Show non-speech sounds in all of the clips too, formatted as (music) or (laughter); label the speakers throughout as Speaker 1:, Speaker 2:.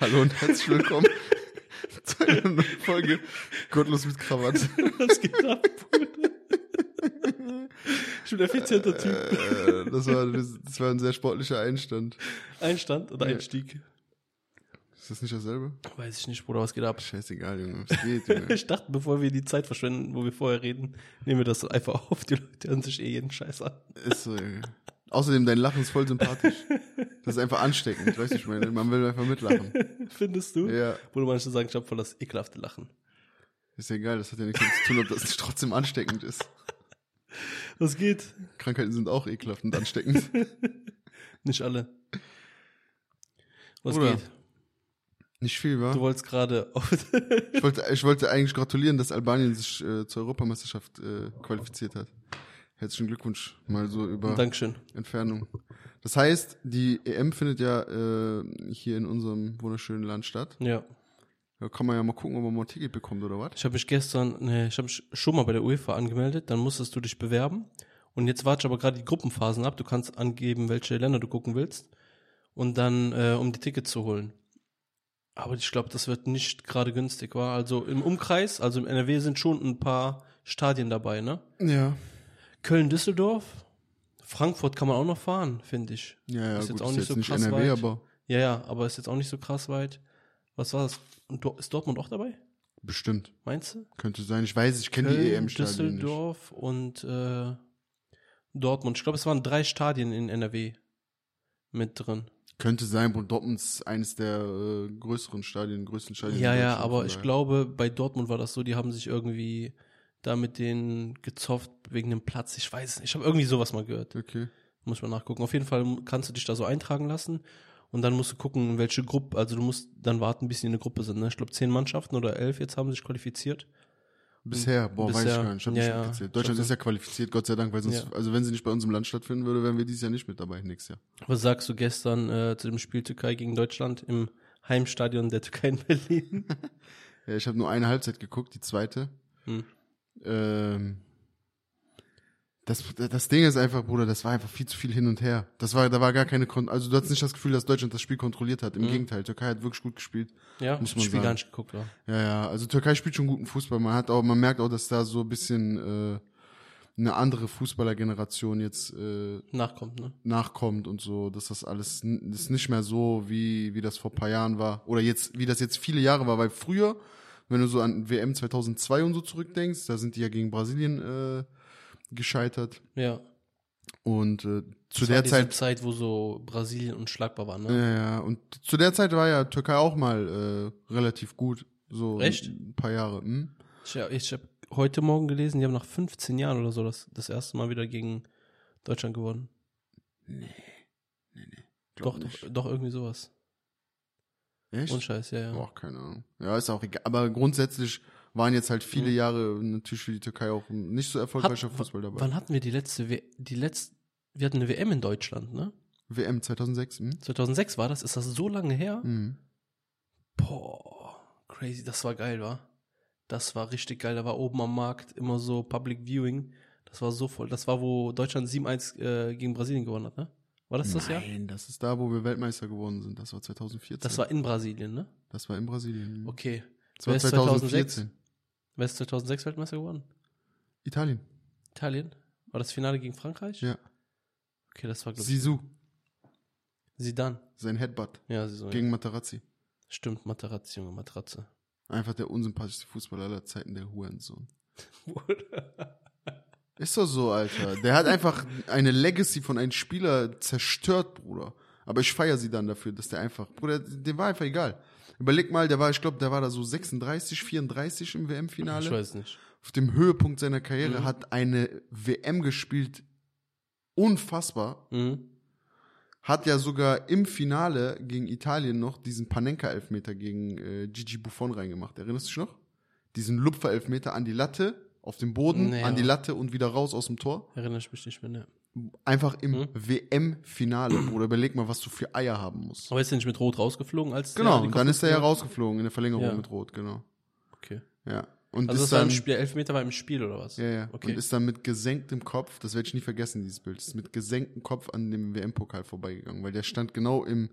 Speaker 1: Hallo und herzlich willkommen (laughs) zu einer neuen Folge Gottlos mit Krawatte.
Speaker 2: Was geht ab, Bruder? Ich bin ein effizienter Typ.
Speaker 1: Äh, das, war, das, das war ein sehr sportlicher Einstand.
Speaker 2: Einstand oder
Speaker 1: Ja.
Speaker 2: Einstieg?
Speaker 1: Ist das nicht dasselbe?
Speaker 2: Weiß ich nicht, Bruder, was geht ab?
Speaker 1: Scheißegal, Junge, was geht, Junge.
Speaker 2: (laughs) Ich dachte, bevor wir die Zeit verschwenden, wo wir vorher reden, nehmen wir das einfach auf. Die Leute hören sich eh jeden Scheiß an.
Speaker 1: Ist so, Junge. Außerdem, dein Lachen ist voll sympathisch. Das ist einfach ansteckend, weißt du, ich meine, man will einfach mitlachen.
Speaker 2: Findest du?
Speaker 1: Ja,
Speaker 2: Wo manche sagen, ich habe voll das ekelhafte Lachen.
Speaker 1: ist ja egal, das hat ja nichts damit zu tun, ob das nicht trotzdem ansteckend ist.
Speaker 2: Was geht?
Speaker 1: Krankheiten sind auch ekelhaft und ansteckend.
Speaker 2: Nicht alle. Was
Speaker 1: Bruder.
Speaker 2: geht?
Speaker 1: Nicht viel, wa?
Speaker 2: Du wolltest gerade auf. (laughs)
Speaker 1: Ich wollte, ich wollte eigentlich gratulieren, dass Albanien sich äh, zur Europameisterschaft äh, qualifiziert hat. Herzlichen Glückwunsch, mal so über
Speaker 2: Dankeschön.
Speaker 1: Entfernung. Das heißt, die EM findet ja äh, hier in unserem wunderschönen Land statt.
Speaker 2: Ja.
Speaker 1: Da kann man ja mal gucken, ob man mal ein Ticket bekommt oder was.
Speaker 2: Ich habe mich gestern, nee, ich habe mich schon mal bei der UEFA angemeldet, dann musstest du dich bewerben. Und jetzt warte ich aber gerade die Gruppenphasen ab. Du kannst angeben, welche Länder du gucken willst. Und dann, äh, um die Tickets zu holen. Aber ich glaube, das wird nicht gerade günstig, war. Also im Umkreis, also im NRW sind schon ein paar Stadien dabei, ne?
Speaker 1: Ja.
Speaker 2: Köln-Düsseldorf, Frankfurt kann man auch noch fahren, finde ich.
Speaker 1: Ja, ja,
Speaker 2: Ist jetzt
Speaker 1: gut,
Speaker 2: auch
Speaker 1: ist
Speaker 2: nicht
Speaker 1: jetzt
Speaker 2: so
Speaker 1: nicht
Speaker 2: krass
Speaker 1: NRW,
Speaker 2: weit.
Speaker 1: aber
Speaker 2: Ja, ja, aber ist jetzt auch nicht so krass weit. Was war das? Und Dor- Ist Dortmund auch dabei?
Speaker 1: bestimmt.
Speaker 2: Meinst du?
Speaker 1: Könnte sein. Ich weiß, ich kenne die EM-Stadien nicht.
Speaker 2: Düsseldorf und äh, Dortmund. Ich glaube, es waren drei Stadien in NRW mit drin.
Speaker 1: Könnte sein, und Dortmund ist eines der äh, größeren Stadien, größten Stadien.
Speaker 2: Ja,
Speaker 1: in
Speaker 2: ja,
Speaker 1: Deutschland,
Speaker 2: aber
Speaker 1: von
Speaker 2: ich
Speaker 1: daher.
Speaker 2: glaube, bei Dortmund war das so, die haben sich irgendwie da mit denen gezofft wegen dem Platz. Ich weiß es nicht. Ich habe irgendwie sowas mal gehört.
Speaker 1: Okay.
Speaker 2: Muss man nachgucken. Auf jeden Fall kannst du dich da so eintragen lassen und dann musst du gucken, in welche Gruppe, also du musst dann warten, bis die in eine Gruppe sind. Ne? Ich glaube, zehn Mannschaften oder elf jetzt haben sich qualifiziert.
Speaker 1: Bisher, boah, weiß
Speaker 2: Hm. Bisher.
Speaker 1: ich gar nicht. Ich hab
Speaker 2: Ja,
Speaker 1: nicht
Speaker 2: ja.
Speaker 1: mitgezählt.
Speaker 2: Ich
Speaker 1: Deutschland
Speaker 2: glaub,
Speaker 1: ist ja qualifiziert, Gott sei Dank, weil sonst,
Speaker 2: Ja.
Speaker 1: also wenn sie nicht bei uns im Land stattfinden würde, wären wir dieses Jahr nicht mit dabei, nächstes Jahr.
Speaker 2: Was sagst du gestern äh, zu dem Spiel Türkei gegen Deutschland im Heimstadion der Türkei in Berlin?
Speaker 1: Ja, ich habe nur eine Halbzeit geguckt, die zweite.
Speaker 2: Hm.
Speaker 1: Ähm, das, das Ding ist einfach, Bruder, das war einfach viel zu viel hin und her. Das war, da war gar keine, Kon also du hattest nicht das Gefühl, dass Deutschland das Spiel kontrolliert hat. Im
Speaker 2: Mhm.
Speaker 1: Gegenteil, Türkei hat wirklich gut gespielt.
Speaker 2: Ja,
Speaker 1: Muss man
Speaker 2: ich hab das Spiel
Speaker 1: sagen.
Speaker 2: gar nicht geguckt. Ja.
Speaker 1: Ja, ja, also Türkei spielt schon guten Fußball. Man hat auch, man merkt auch, dass da so ein bisschen äh, eine andere Fußballergeneration jetzt äh,
Speaker 2: Nachkommt, ne?
Speaker 1: nachkommt und so, dass das alles n- das ist nicht mehr so, wie, wie das vor paar Jahren war. Oder jetzt, wie das jetzt viele Jahre war, weil früher, wenn du so an WM 2002 und so zurückdenkst, da sind die ja gegen Brasilien äh, gescheitert.
Speaker 2: Ja.
Speaker 1: Und äh, zu
Speaker 2: Das
Speaker 1: Also der
Speaker 2: war diese
Speaker 1: Zeit,
Speaker 2: Zeit, wo so Brasilien unschlagbar war,
Speaker 1: ja,
Speaker 2: ne?
Speaker 1: ja, und zu der Zeit war ja Türkei auch mal äh, relativ gut. So
Speaker 2: Echt?
Speaker 1: ein paar Jahre. Hm?
Speaker 2: Ich, ja, ich habe heute Morgen gelesen, die haben nach 15 Jahren oder so das, das erste Mal wieder gegen Deutschland gewonnen.
Speaker 1: Glaub
Speaker 2: doch,
Speaker 1: nicht.
Speaker 2: doch, doch, irgendwie sowas.
Speaker 1: Echt?
Speaker 2: Und Scheiß, ja, ja.
Speaker 1: Boah, keine Ahnung. Ja, ist auch egal. Aber grundsätzlich waren jetzt halt viele
Speaker 2: Mhm.
Speaker 1: Jahre natürlich für die Türkei auch ein nicht so erfolgreicher
Speaker 2: Hat-
Speaker 1: Fußball dabei.
Speaker 2: Wann hatten wir die letzte, W- die letzte, wir hatten eine WM in Deutschland, ne?
Speaker 1: WM 2006. Hm?
Speaker 2: 2006 war das, ist das so lange her?
Speaker 1: Mhm.
Speaker 2: Boah, crazy, das war geil, war. Das war richtig geil. Da war oben am Markt immer so Public Viewing. Das war so voll. Das war, wo Deutschland 7-1 äh, gegen Brasilien gewonnen hat, ne? War das das Jahr?
Speaker 1: Nein, das ist da, wo wir Weltmeister geworden sind. Das war 2014.
Speaker 2: Das war in Brasilien, ne?
Speaker 1: das war in Brasilien.
Speaker 2: Okay.
Speaker 1: Das war
Speaker 2: Wer ist
Speaker 1: 2014.
Speaker 2: Wer ist 2006 Weltmeister geworden?
Speaker 1: Italien.
Speaker 2: Italien? War das Finale gegen Frankreich?
Speaker 1: Ja.
Speaker 2: Okay, das war, glaube ich,
Speaker 1: Sisu,
Speaker 2: Zidane.
Speaker 1: sein Headbutt
Speaker 2: Ja, sie so.
Speaker 1: gegen Materazzi.
Speaker 2: Stimmt, Materazzi, Junge, Matratze.
Speaker 1: Einfach der unsympathischste Fußballer aller Zeiten, der Hurensohn.
Speaker 2: Bruder.
Speaker 1: Ist doch so, Alter. Der hat einfach eine Legacy von einem Spieler zerstört, Bruder. Aber ich feiere sie dann dafür, dass der einfach, Bruder, dem war einfach egal. Überleg mal, der war, ich glaube, der war da so 36, 34 im
Speaker 2: Ich
Speaker 1: WM-Finale.
Speaker 2: weiß nicht.
Speaker 1: auf dem Höhepunkt seiner Karriere
Speaker 2: Mhm.
Speaker 1: hat eine WM gespielt. Unfassbar.
Speaker 2: Mhm.
Speaker 1: Hat ja sogar im Finale gegen Italien noch diesen Panenka-Elfmeter gegen äh, Gigi Buffon reingemacht. Erinnerst du dich noch? Diesen Lupfer-Elfmeter an die Latte, auf dem Boden,
Speaker 2: Naja.
Speaker 1: an die Latte und wieder raus aus dem Tor.
Speaker 2: Erinnere ich mich nicht mehr, ne?
Speaker 1: Einfach im
Speaker 2: Mhm.
Speaker 1: WM-Finale, Bruder. Überleg mal, was du für Eier haben musst.
Speaker 2: Aber ist er nicht mit Rot rausgeflogen, als der
Speaker 1: Genau,
Speaker 2: die
Speaker 1: und dann ist er ja
Speaker 2: Kopfnuss-
Speaker 1: rausgeflogen in der Verlängerung
Speaker 2: Ja.
Speaker 1: mit Rot, genau.
Speaker 2: Okay.
Speaker 1: Ja. Und
Speaker 2: Also das
Speaker 1: ist
Speaker 2: war
Speaker 1: dann,
Speaker 2: im Spiel, der Elfmeter war im Spiel oder was?
Speaker 1: ja, ja.
Speaker 2: Okay.
Speaker 1: Und ist dann mit gesenktem Kopf, das werde ich nie vergessen, dieses Bild, ist mit gesenktem Kopf an dem WM-Pokal vorbeigegangen, weil der stand genau im,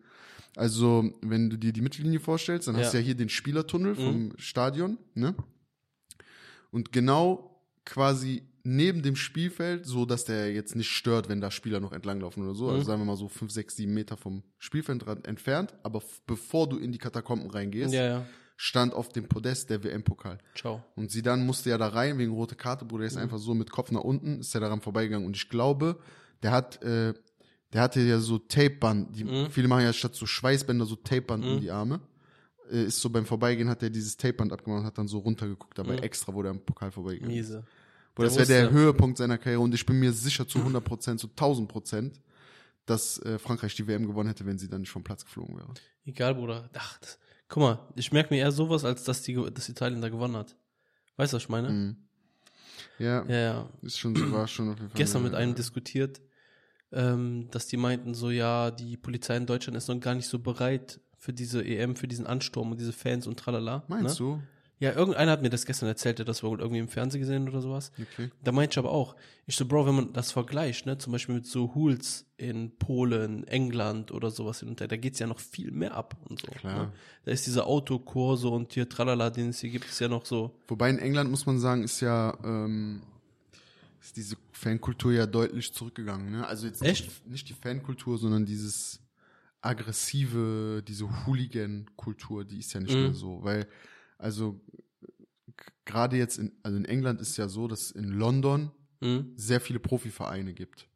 Speaker 1: also wenn du dir die Mittellinie vorstellst, dann hast du
Speaker 2: Ja.
Speaker 1: ja
Speaker 2: Mhm.
Speaker 1: hier den Spielertunnel vom Stadion, ne? Und genau quasi neben dem Spielfeld, so dass der jetzt nicht stört, wenn da Spieler noch entlanglaufen oder so, also
Speaker 2: Mhm.
Speaker 1: sagen wir mal so fünf, sechs, sieben Meter vom Spielfeldrand entfernt, aber f- bevor du in die Katakomben reingehst,
Speaker 2: ja, ja.
Speaker 1: stand auf dem Podest der WM-Pokal.
Speaker 2: Ciao.
Speaker 1: Und sie dann musste ja da rein wegen rote Karte, Bruder, der
Speaker 2: Mhm.
Speaker 1: ist einfach so mit Kopf nach unten, ist ja daran vorbeigegangen. Und ich glaube, der hat, äh, der hatte ja so Tapeband. Die,
Speaker 2: Mhm.
Speaker 1: Viele machen ja statt so Schweißbänder so Tapeband um
Speaker 2: Mhm.
Speaker 1: die Arme. Äh, ist so beim Vorbeigehen hat er dieses Tapeband abgemacht und hat dann so runtergeguckt, dabei
Speaker 2: Mhm.
Speaker 1: extra wurde er am Pokal vorbeigegangen.
Speaker 2: Miese.
Speaker 1: Bruder, das wäre
Speaker 2: Der
Speaker 1: der
Speaker 2: wusste. Mhm.
Speaker 1: Höhepunkt seiner Karriere und ich bin mir sicher zu 100 Prozent, zu 1000 Prozent, dass äh, Frankreich die WM gewonnen hätte, wenn sie dann nicht vom Platz geflogen wäre.
Speaker 2: Egal, Bruder. Ach, das, guck mal, ich merke mir eher sowas, als dass, die, gew- dass Italien da gewonnen hat. Weißt du, was ich meine?
Speaker 1: Mhm. Ja,
Speaker 2: Ja, ja.
Speaker 1: ist schon so, war schon auf jeden Fall.
Speaker 2: Gestern mit
Speaker 1: eine-
Speaker 2: einem diskutiert, ähm, dass die meinten so, ja, die Polizei in Deutschland ist noch gar nicht so bereit für diese EM, für diesen Ansturm und diese Fans und tralala. ne?
Speaker 1: Meinst du?
Speaker 2: Ja, irgendeiner hat mir das gestern erzählt, der hat das wohl irgendwie im Fernsehen gesehen oder sowas.
Speaker 1: Okay.
Speaker 2: Da meinte ich aber auch, ich so, Bro, wenn man das vergleicht, ne, zum Beispiel mit so Hools in Polen, England oder sowas hin und her, da geht's ja noch viel mehr ab und so.
Speaker 1: Klar.
Speaker 2: Ne? Da ist dieser Autokurse und hier Tralala, den es hier gibt, ist ja noch so.
Speaker 1: Wobei in England muss man sagen, ist ja ähm, ist diese Fankultur ja deutlich zurückgegangen. Ne? Also jetzt Nicht,
Speaker 2: Echt?
Speaker 1: nicht die Fankultur, sondern dieses aggressive, diese Hooligan-Kultur, die ist ja nicht
Speaker 2: Mhm.
Speaker 1: mehr so, weil also g- gerade jetzt in also in England ist ja so, dass in London
Speaker 2: Hm?
Speaker 1: sehr viele Profivereine gibt.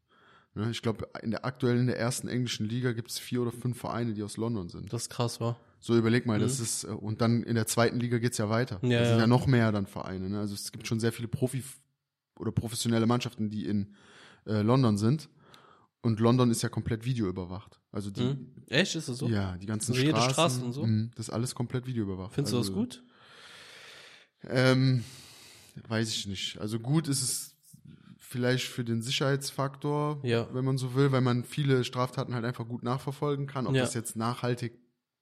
Speaker 1: Ne? Ich glaube in der aktuellen in der ersten englischen Liga gibt es vier oder fünf Vereine, die aus London sind.
Speaker 2: Das ist krass war.
Speaker 1: So überleg mal,
Speaker 2: Mhm.
Speaker 1: das ist äh, und dann in der zweiten Liga geht's ja weiter.
Speaker 2: Ja,
Speaker 1: da sind
Speaker 2: ja.
Speaker 1: ja noch mehr dann Vereine. Ne? Also es gibt schon sehr viele Profi oder professionelle Mannschaften, die in äh, London sind. Und London ist ja komplett videoüberwacht. Also die,
Speaker 2: Hm? Echt, ist das so?
Speaker 1: ja, die ganzen
Speaker 2: Also
Speaker 1: Straßen,
Speaker 2: jede Straße und so?
Speaker 1: mh, das ist alles komplett videoüberwacht.
Speaker 2: Findest
Speaker 1: also,
Speaker 2: du das gut?
Speaker 1: Ähm, weiß ich nicht. Also gut ist es vielleicht für den Sicherheitsfaktor,
Speaker 2: Ja.
Speaker 1: wenn man so will, weil man viele Straftaten halt einfach gut nachverfolgen kann. Ob
Speaker 2: Ja.
Speaker 1: das jetzt nachhaltig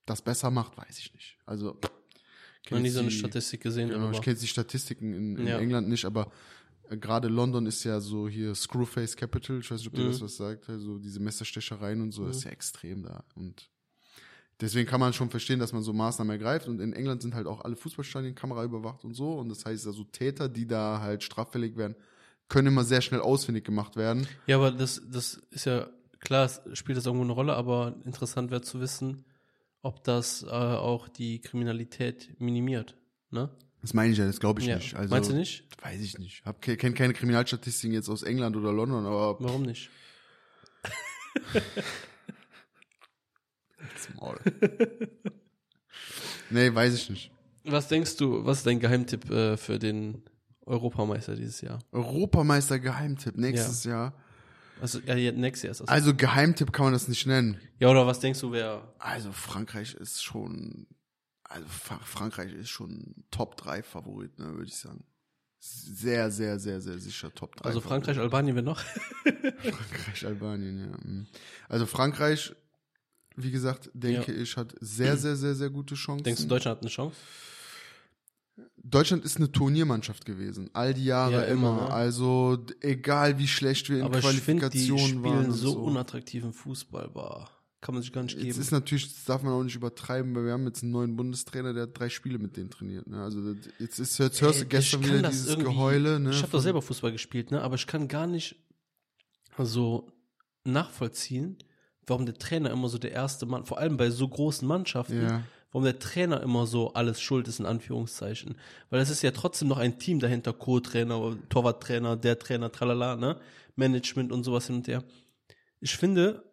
Speaker 1: das besser macht, weiß ich nicht. Also pff, kenn
Speaker 2: Noch nie
Speaker 1: jetzt
Speaker 2: so eine
Speaker 1: die-
Speaker 2: Statistik gesehen,
Speaker 1: Genau, ich
Speaker 2: aber.
Speaker 1: kenne jetzt die Statistiken in, in
Speaker 2: Ja.
Speaker 1: England nicht, aber äh, gerade London ist ja so hier Screwface Capital, ich weiß nicht, ob dir
Speaker 2: Mhm.
Speaker 1: das was sagt, also diese Messerstechereien und so,
Speaker 2: Mhm.
Speaker 1: ist ja extrem da und deswegen kann man schon verstehen, dass man so Maßnahmen ergreift und in England sind halt auch alle Fußballstadien kameraüberwacht und so und das heißt also Täter, die da halt straffällig werden, können immer sehr schnell ausfindig gemacht werden.
Speaker 2: Ja, aber das, das ist ja klar, es spielt das irgendwo eine Rolle, aber interessant wäre zu wissen, ob das äh, auch die Kriminalität minimiert. Ne?
Speaker 1: Das meine ich ja, das glaube ich
Speaker 2: ja.
Speaker 1: nicht. Also,
Speaker 2: Meinst du nicht?
Speaker 1: Weiß ich nicht. Hab ke kenn keine Kriminalstatistiken jetzt aus England oder London, aber
Speaker 2: Warum nicht? (laughs)
Speaker 1: nee, weiß ich nicht.
Speaker 2: Was denkst du, was ist dein Geheimtipp äh, für den Europameister dieses Jahr?
Speaker 1: Europameister Geheimtipp nächstes Jahr.
Speaker 2: Also, ja, ja, nächstes Jahr ist das.
Speaker 1: Also Geheimtipp kann man das nicht nennen.
Speaker 2: ja, oder was denkst du, wer.
Speaker 1: Also Frankreich ist schon, also Fra- Frankreich ist schon Top 3 Favorit, ne, würde ich sagen. Sehr, sehr, sehr, sehr sicher Top 3.
Speaker 2: Also Frankreich, Albanien, wer noch?
Speaker 1: Frankreich, Albanien, ja. mhm. Also Frankreich, wie gesagt, denke ich, hat sehr, sehr, sehr, sehr gute Chancen.
Speaker 2: Mhm. Denkst du, Deutschland hat eine Chance?
Speaker 1: Deutschland ist eine Turniermannschaft gewesen, all die Jahre
Speaker 2: Ja, immer,
Speaker 1: immer.
Speaker 2: ne?
Speaker 1: Also d- egal wie schlecht wir in
Speaker 2: Aber ich finde, die
Speaker 1: Qualifikationen waren.
Speaker 2: spielen
Speaker 1: und
Speaker 2: so unattraktiven Fußball, boah. kann man sich gar nicht
Speaker 1: Jetzt
Speaker 2: geben.
Speaker 1: ist natürlich, das darf man auch nicht übertreiben, weil wir haben jetzt einen neuen Bundestrainer, der hat drei Spiele mit denen trainiert. Ne? Also das- jetzt, ist, jetzt hörst du
Speaker 2: Ey,
Speaker 1: gestern
Speaker 2: ich kann
Speaker 1: wieder
Speaker 2: das
Speaker 1: dieses
Speaker 2: irgendwie-
Speaker 1: Geheule. Ne?
Speaker 2: Ich habe doch
Speaker 1: von-
Speaker 2: selber Fußball gespielt, ne? Aber ich kann gar nicht so nachvollziehen, warum der Trainer immer so der erste Mann, vor allem bei so großen Mannschaften,
Speaker 1: Ja.
Speaker 2: warum der Trainer immer so alles schuld ist, in Anführungszeichen. Weil es ist ja trotzdem noch ein Team dahinter, Co-Trainer, Torwarttrainer, der Trainer, tralala, ne? Management und sowas hin und her. Ich finde,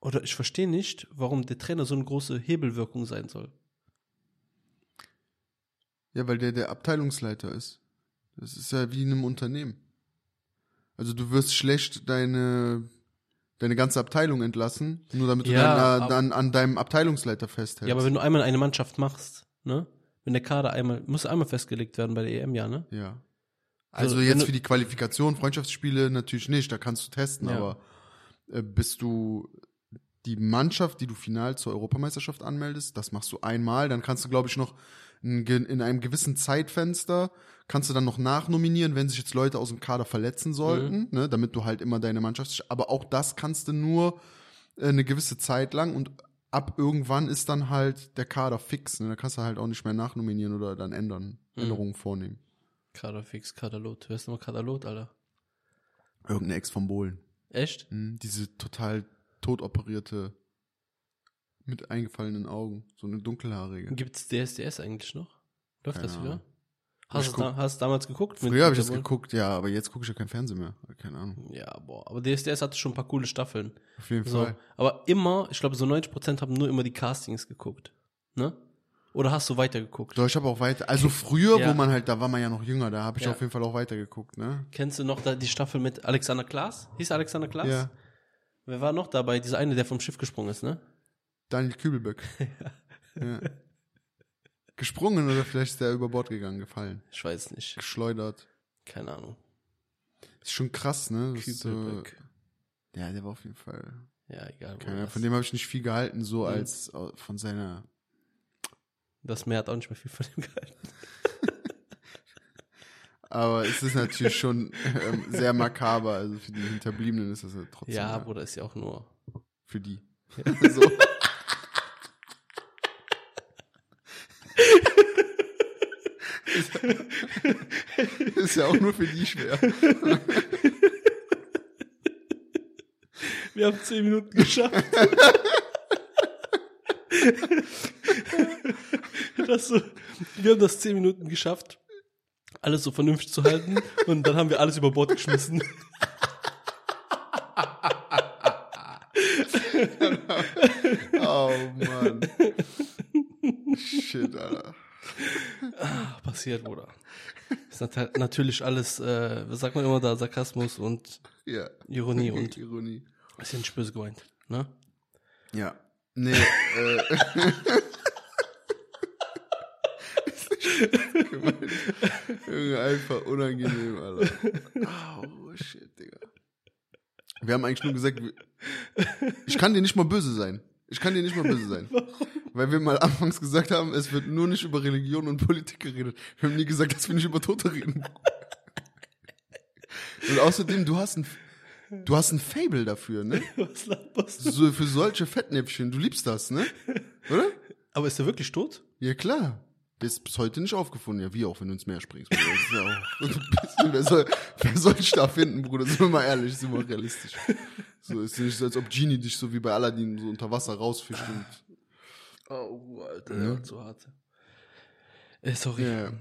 Speaker 2: oder ich verstehe nicht, warum der Trainer so eine große Hebelwirkung sein soll.
Speaker 1: Ja, weil der der Abteilungsleiter ist. Das ist ja wie in einem Unternehmen. Also du wirst schlecht deine, deine ganze Abteilung entlassen, nur damit du
Speaker 2: Ja,
Speaker 1: deiner,
Speaker 2: ab-
Speaker 1: dann an deinem Abteilungsleiter festhältst.
Speaker 2: Ja, aber wenn du einmal eine Mannschaft machst, ne? Wenn der Kader einmal, muss einmal festgelegt werden bei der EM, ja, ne?
Speaker 1: Ja.
Speaker 2: Also,
Speaker 1: Also,
Speaker 2: wenn
Speaker 1: jetzt
Speaker 2: du-
Speaker 1: für die Qualifikation, Freundschaftsspiele natürlich nicht, da kannst du testen,
Speaker 2: Ja.
Speaker 1: aber äh, bist du die Mannschaft, die du final zur Europameisterschaft anmeldest, das machst du einmal, dann kannst du, glaube ich, noch in, ge- in einem gewissen Zeitfenster, kannst du dann noch nachnominieren, wenn sich jetzt Leute aus dem Kader verletzen sollten,
Speaker 2: Mhm.
Speaker 1: ne, damit du halt immer deine Mannschaft, aber auch das kannst du nur äh, eine gewisse Zeit lang und ab irgendwann ist dann halt der Kader fix, ne, da kannst du halt auch nicht mehr nachnominieren oder dann ändern,
Speaker 2: Mhm.
Speaker 1: Änderungen vornehmen.
Speaker 2: Kaderfix, Kaderlot. Hörst du mal Kaderlot, Alter?
Speaker 1: Irgendeine Ex von Bohlen.
Speaker 2: Echt?
Speaker 1: Hm, Diese total tot operierte, mit eingefallenen Augen. So eine dunkelhaarige.
Speaker 2: Gibt's DSDS eigentlich noch? Läuft
Speaker 1: Keine
Speaker 2: das wieder?
Speaker 1: Ahnung.
Speaker 2: Hast
Speaker 1: Ich
Speaker 2: du da, hast du damals geguckt? mit
Speaker 1: Früher habe ich das
Speaker 2: Dieter
Speaker 1: geguckt, ja, aber jetzt gucke ich ja kein Fernsehen mehr. Keine Ahnung.
Speaker 2: Bohlen? Ja, boah. Aber DSDS hatte schon ein paar coole Staffeln.
Speaker 1: Auf jeden
Speaker 2: So.
Speaker 1: Fall.
Speaker 2: Aber immer, ich glaube, so 90% haben nur immer die Castings geguckt. Ne? Oder hast du weitergeguckt?
Speaker 1: So, ich habe auch weiter. Also früher,
Speaker 2: Ja.
Speaker 1: wo man halt, da war man ja noch jünger, da habe ich
Speaker 2: Ja.
Speaker 1: auf jeden Fall auch weitergeguckt, ne?
Speaker 2: Kennst du noch da die Staffel mit Alexander Klaas? Hieß er Alexander Klaas?
Speaker 1: Ja.
Speaker 2: Wer war noch dabei? Dieser eine, der vom Schiff gesprungen ist, ne?
Speaker 1: Daniel
Speaker 2: (laughs)
Speaker 1: Kübelböck. ja. Gesprungen oder vielleicht ist der über Bord gegangen, gefallen.
Speaker 2: Ich weiß nicht.
Speaker 1: Geschleudert.
Speaker 2: Keine Ahnung.
Speaker 1: Ist schon krass, ne? Das ist, äh,
Speaker 2: Kübelböck.
Speaker 1: ja, der war auf jeden Fall.
Speaker 2: Ja, egal. wo
Speaker 1: Keine,
Speaker 2: das-
Speaker 1: von dem habe ich nicht viel gehalten, so
Speaker 2: Mhm.
Speaker 1: als äh, von seiner
Speaker 2: das Meer hat auch nicht mehr viel von dem gehalten.
Speaker 1: Aber es ist natürlich schon ähm, sehr makaber. Also für die Hinterbliebenen ist das ja trotzdem.
Speaker 2: Ja, Bruder, ist ja auch nur.
Speaker 1: Für
Speaker 2: (laughs)
Speaker 1: die. so. (laughs) ist ja auch nur für die schwer.
Speaker 2: Wir haben zehn Minuten geschafft. das so, wir haben das zehn Minuten geschafft, alles so vernünftig zu halten und dann haben wir alles über Bord geschmissen.
Speaker 1: Oh Mann. Shit, Alter.
Speaker 2: Ach, passiert, Bruder. Ist nat natürlich alles, äh, was sagt man immer da, Sarkasmus und
Speaker 1: Ja.
Speaker 2: Ironie und
Speaker 1: Ironie.
Speaker 2: ist ja nicht böse gemeint, ne?
Speaker 1: Ja. Nee, äh. (laughs) Junge, einfach unangenehm, Alter. Oh, shit, Digga. Wir haben eigentlich nur gesagt, wir- ich kann dir nicht mal böse sein. Ich kann dir nicht mal böse sein. Weil wir mal anfangs gesagt haben, es wird nur nicht über Religion und Politik geredet. Wir haben nie gesagt, dass wir nicht über Tote reden. Und außerdem, du hast ein, du hast ein Fable dafür, ne?
Speaker 2: Was laberst du?
Speaker 1: So, für solche Fettnäpfchen. Du liebst das, ne? Oder?
Speaker 2: Aber ist er wirklich tot?
Speaker 1: Ja, klar. Bist bis heute nicht aufgefunden. Ja, wie auch, wenn du ins Meer springst. Bruder. Das ist ja auch, Bisschen, wer, soll, wer soll dich da finden, Bruder? Sind wir mal ehrlich, sind wir realistisch. So ist nicht so, als ob Genie dich so wie bei Aladdin so unter Wasser rausfischt. Und,
Speaker 2: Oh, Alter,
Speaker 1: Ja.
Speaker 2: der war zu hart. Äh, sorry.
Speaker 1: ja.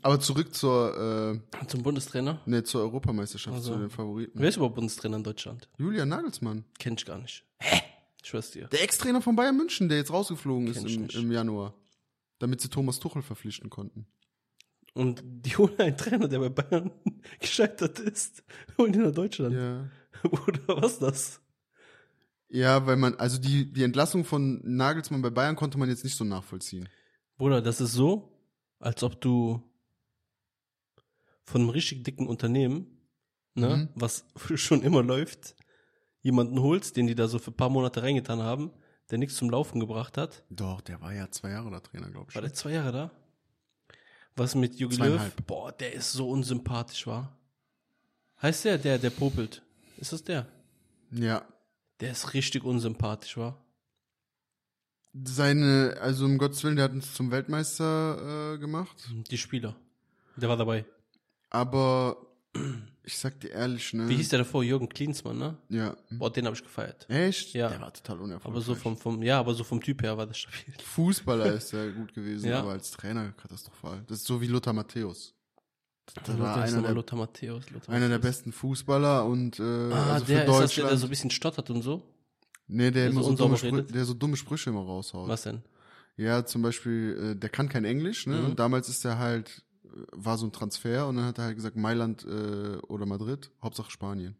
Speaker 1: Aber zurück zur, äh,
Speaker 2: Zum Bundestrainer.
Speaker 1: ne, zur Europameisterschaft,
Speaker 2: Also.
Speaker 1: zu den Favoriten.
Speaker 2: Wer ist überhaupt Bundestrainer in Deutschland?
Speaker 1: Julian Nagelsmann,
Speaker 2: Kenn ich gar nicht. Hä? Ich schwör's dir.
Speaker 1: der Ex-Trainer von Bayern München, der jetzt rausgeflogen ist
Speaker 2: Kenn ich
Speaker 1: im,
Speaker 2: nicht.
Speaker 1: im Januar, damit sie Thomas Tuchel verpflichten konnten.
Speaker 2: Und die holen einen Trainer, der bei Bayern (laughs) gescheitert ist und in der Deutschland. (laughs)
Speaker 1: Ja.
Speaker 2: Oder was das?
Speaker 1: Ja, weil man, also die, die Entlassung von Nagelsmann bei Bayern konnte man jetzt nicht so nachvollziehen.
Speaker 2: Bruder, das ist so, als ob du von einem richtig dicken Unternehmen, ne,
Speaker 1: Mhm.
Speaker 2: was (laughs) schon immer läuft, jemanden holst, den die da so für ein paar Monate reingetan haben, der nichts zum Laufen gebracht hat.
Speaker 1: Doch, der war ja zwei Jahre da Trainer, glaube ich. ne?
Speaker 2: War der zwei Jahre da? Was mit Jogi Löw?
Speaker 1: Zweieinhalb.
Speaker 2: Boah, der ist so unsympathisch, war. Heißt der, der, der popelt? Ist das der?
Speaker 1: Ja.
Speaker 2: Der ist richtig unsympathisch, war.
Speaker 1: Seine, also um Gottes Willen, der hat uns zum Weltmeister äh, gemacht.
Speaker 2: Die Spieler. Der war dabei.
Speaker 1: Aber ich sag dir ehrlich, ne?
Speaker 2: Wie hieß der davor? Jürgen Klinsmann, ne?
Speaker 1: Ja.
Speaker 2: Boah, den habe ich gefeiert.
Speaker 1: Echt?
Speaker 2: Ja.
Speaker 1: Der war total unerfolgreich.
Speaker 2: Aber so vom, vom, ja, aber so vom Typ her war das stabil.
Speaker 1: Fußballer ist er gut gewesen,
Speaker 2: (laughs) Ja.
Speaker 1: aber als Trainer katastrophal. Das ist so wie Lothar Matthäus. Das war
Speaker 2: Lothar ist
Speaker 1: einer
Speaker 2: nochmal
Speaker 1: der,
Speaker 2: Lothar Matthäus. Lothar
Speaker 1: einer der
Speaker 2: Matthäus.
Speaker 1: besten Fußballer und äh,
Speaker 2: Ah,
Speaker 1: also für
Speaker 2: der ist
Speaker 1: Deutschland.
Speaker 2: das, der, der so ein bisschen stottert und so.
Speaker 1: nee, der,
Speaker 2: der
Speaker 1: immer
Speaker 2: so
Speaker 1: so dumme
Speaker 2: unsauber
Speaker 1: Sprü-
Speaker 2: redet?
Speaker 1: der so dumme Sprüche immer raushaut.
Speaker 2: Was denn?
Speaker 1: Ja, zum Beispiel, äh, der kann kein Englisch, ne?
Speaker 2: Mhm.
Speaker 1: Und damals ist er halt, äh, war so ein Transfer und dann hat er halt gesagt, Mailand äh, oder Madrid, Hauptsache
Speaker 2: (laughs)
Speaker 1: Spanien.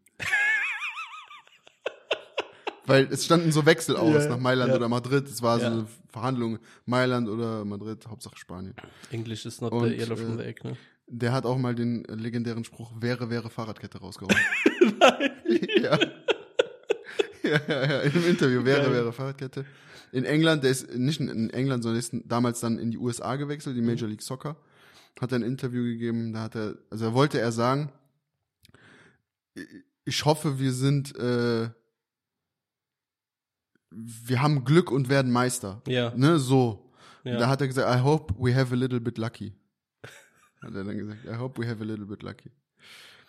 Speaker 1: Weil es standen so Wechsel aus
Speaker 2: Ja,
Speaker 1: nach Mailand
Speaker 2: ja.
Speaker 1: oder Madrid. Es war so
Speaker 2: Ja.
Speaker 1: eine Verhandlung, Mailand oder Madrid, Hauptsache Spanien.
Speaker 2: Englisch ist not
Speaker 1: Und,
Speaker 2: the yellow from
Speaker 1: äh,
Speaker 2: the egg, ne?
Speaker 1: Der hat auch mal den äh, legendären Spruch, wäre, wäre Fahrradkette rausgehauen. Nein. ja. ja. ja, ja, ja, im Interview. Wäre,
Speaker 2: Geil.
Speaker 1: wäre Fahrradkette. In England, der ist nicht in England, sondern ist damals dann in die USA gewechselt, die Major League Soccer. Hat er ein Interview gegeben, da hat er, also da wollte er sagen, ich hoffe, wir sind, äh, wir haben Glück und werden Meister.
Speaker 2: Ja.
Speaker 1: Ne, so.
Speaker 2: Ja.
Speaker 1: Da hat er gesagt, I hope we have a little bit lucky. Hat er dann gesagt, I hope we have a little bit lucky.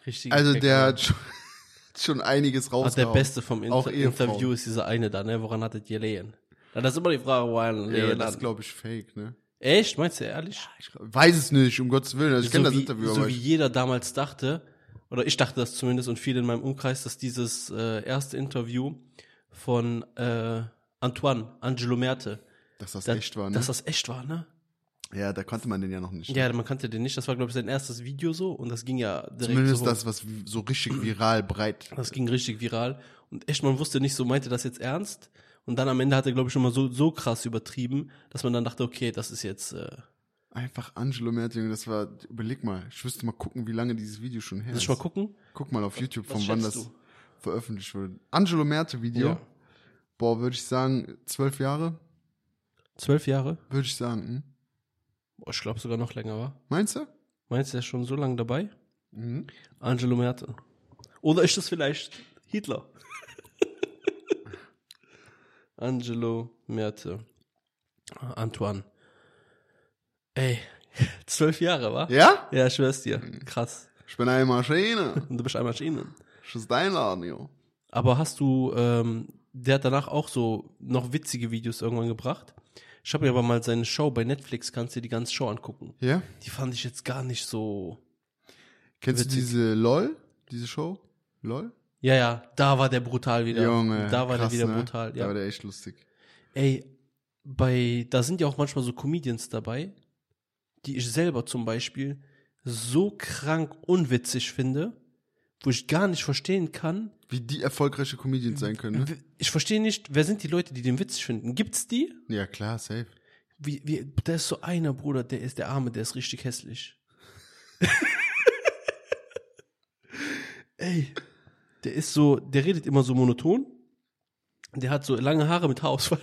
Speaker 2: Richtig.
Speaker 1: Also der hat schon, (laughs) hat schon einiges
Speaker 2: Ah,
Speaker 1: rausgehauen.
Speaker 2: der Beste vom
Speaker 1: Auch
Speaker 2: Inter
Speaker 1: Ehefrauen.
Speaker 2: Interview ist dieser eine da, ne? Woran hattet ihr Lehen? Ja, das ist immer die Frage, woran
Speaker 1: Ja,
Speaker 2: Lehen
Speaker 1: das
Speaker 2: hat.
Speaker 1: ist, glaube ich, fake, ne?
Speaker 2: Echt? Meinst du ehrlich?
Speaker 1: Ich glaub, weiß es nicht, um Gottes Willen. Also ich kenne das
Speaker 2: wie,
Speaker 1: Interview,
Speaker 2: so
Speaker 1: aber
Speaker 2: wie
Speaker 1: ich,
Speaker 2: jeder damals dachte, oder ich dachte das zumindest und viele in meinem Umkreis, dass dieses äh, erste Interview von äh, Antoine, Angelo Merte,
Speaker 1: dass das
Speaker 2: da-
Speaker 1: echt war, ne?
Speaker 2: dass das echt war, ne?
Speaker 1: ja, da konnte man den ja noch nicht.
Speaker 2: Ja, man kannte den nicht. Das war, glaube ich, sein erstes Video so und das ging ja direkt
Speaker 1: Zumindest
Speaker 2: so hoch.
Speaker 1: das, was vi- so richtig viral breit.
Speaker 2: Das ging richtig viral. Und echt, man wusste nicht so, meinte das jetzt ernst? Und dann am Ende hat er, glaube ich, schon mal so, so krass übertrieben, dass man dann dachte, okay, das ist jetzt. Äh,
Speaker 1: Einfach Angelo Merting, das war, überleg mal, ich müsste mal gucken, wie lange dieses Video schon her
Speaker 2: Lass
Speaker 1: ist.
Speaker 2: ich mal gucken.
Speaker 1: Guck mal auf YouTube,
Speaker 2: was
Speaker 1: von wann das
Speaker 2: schätzt du?
Speaker 1: veröffentlicht wurde. Angelo Merte Video,
Speaker 2: Ja.
Speaker 1: boah, würde ich sagen, zwölf Jahre,
Speaker 2: Zwölf Jahre?
Speaker 1: würde ich sagen. Hm?
Speaker 2: Boah, ich glaube sogar noch länger, war.
Speaker 1: Meinst du?
Speaker 2: Meinst du, er ist schon so lange dabei?
Speaker 1: Mhm.
Speaker 2: Angelo Merte. Oder ist das vielleicht Hitler? (laughs) Angelo Merte. Antoine. Ey, (laughs) zwölf Jahre, wa?
Speaker 1: Ja?
Speaker 2: Ja, ich schwör's dir. Krass.
Speaker 1: Ich bin eine
Speaker 2: (laughs)
Speaker 1: Maschine.
Speaker 2: Und du bist einmal Maschine.
Speaker 1: Das ist dein Laden, jo.
Speaker 2: Aber hast du, ähm, der hat danach auch so noch witzige Videos irgendwann gebracht. Ich habe mir aber mal seine Show bei Netflix, kannst du dir die ganze Show angucken.
Speaker 1: Ja?
Speaker 2: Die fand ich jetzt gar nicht so.
Speaker 1: Kennst
Speaker 2: Witzig.
Speaker 1: du diese LOL? Diese Show? LOL?
Speaker 2: Ja, ja, da war der brutal wieder.
Speaker 1: Junge.
Speaker 2: da war
Speaker 1: krass,
Speaker 2: der wieder
Speaker 1: ne?
Speaker 2: brutal.
Speaker 1: Da war
Speaker 2: Ja.
Speaker 1: der echt lustig.
Speaker 2: Ey, bei, da sind ja auch manchmal so Comedians dabei, die ich selber zum Beispiel so krank unwitzig finde, wo ich gar nicht verstehen kann.
Speaker 1: Wie die erfolgreiche Comedians sein können,
Speaker 2: (laughs)
Speaker 1: ne?
Speaker 2: Ich verstehe nicht, wer sind die Leute, die den witzig finden? Gibt's die?
Speaker 1: Ja, klar, safe.
Speaker 2: Wie, wie, da ist so einer, Bruder, der ist der Arme, der ist richtig hässlich. Ey, der ist so, der redet immer so monoton. Der hat so lange Haare mit Haarausfall.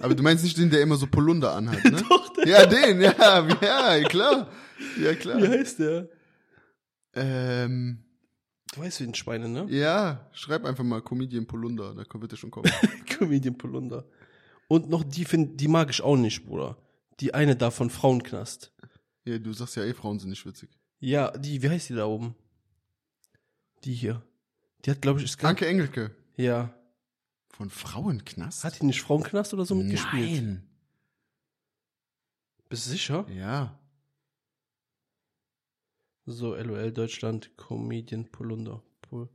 Speaker 1: Aber du meinst nicht den, der immer so Polunder anhat, ne?
Speaker 2: (laughs) Doch, der,
Speaker 1: ja, den, ja, ja, klar. Ja, klar.
Speaker 2: wie heißt der?
Speaker 1: Ähm,
Speaker 2: Du weißt, wie ein Schweine, ne?
Speaker 1: ja, schreib einfach mal Comedian Polunder, da wird er schon
Speaker 2: (laughs)
Speaker 1: kommen.
Speaker 2: Comedian Polunder. Und noch die, find, die mag ich auch nicht, Bruder. Die eine da von Frauenknast.
Speaker 1: ja, du sagst ja eh, Frauen sind nicht witzig.
Speaker 2: Ja, die, wie heißt die da oben? Die hier. Die hat, glaube ich, ist gar
Speaker 1: Anke Engelke.
Speaker 2: Ja.
Speaker 1: Von Frauenknast?
Speaker 2: Hat die nicht Frauenknast oder so mitgespielt?
Speaker 1: Nein.
Speaker 2: Bist du sicher?
Speaker 1: Ja.
Speaker 2: So, LOL Deutschland, Comedian Polunder. Pol,